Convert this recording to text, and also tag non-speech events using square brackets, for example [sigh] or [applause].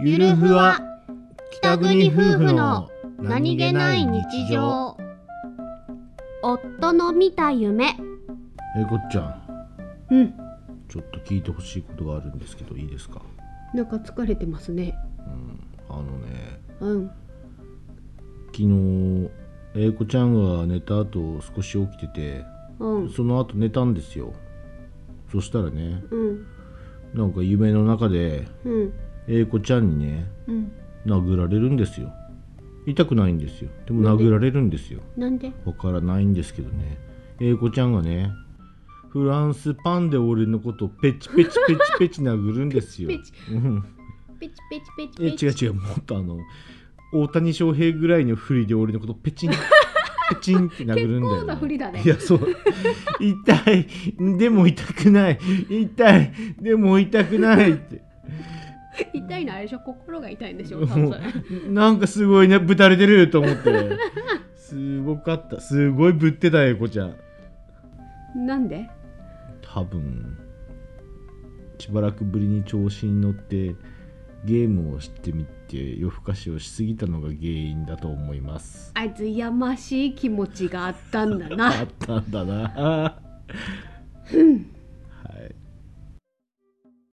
ゆるふわ北国夫婦の夫の見た夢えーごっちゃんうんちょっと聞いてほしいことがあるんですけどいいですかなんか疲れてますねあのねうん昨日えーこちゃんが寝た後少し起きててうんその後寝たんですよそしたらねうんなんか夢の中でうんえーこちゃんにねうん殴られるんですよ痛くないんですよでも殴られるんですよなんでわからないんですけどね英子ちゃんがねフランスパンで俺のことペチペチペチペチ殴るんですよ。ペチうんペチペチペえチ違ペうチ違うもっとあの大谷翔平ぐらいの振りで俺のことペ [laughs] チンペチンって殴るんだよ、ね、結構な振りだねいやそう痛いでも痛くない痛いでも痛くないって痛いのあれでしょ心が痛いんでしょ多も分うなんかすごいねぶたれてると思ってすごかったすごいぶってた英子ちゃん。 [laughs] なんで多分しばらくぶりに調子に乗ってゲームをしてみて夜更かしをしすぎたのが原因だと思いますあいつやましい気持ちがあったんだなあったんだな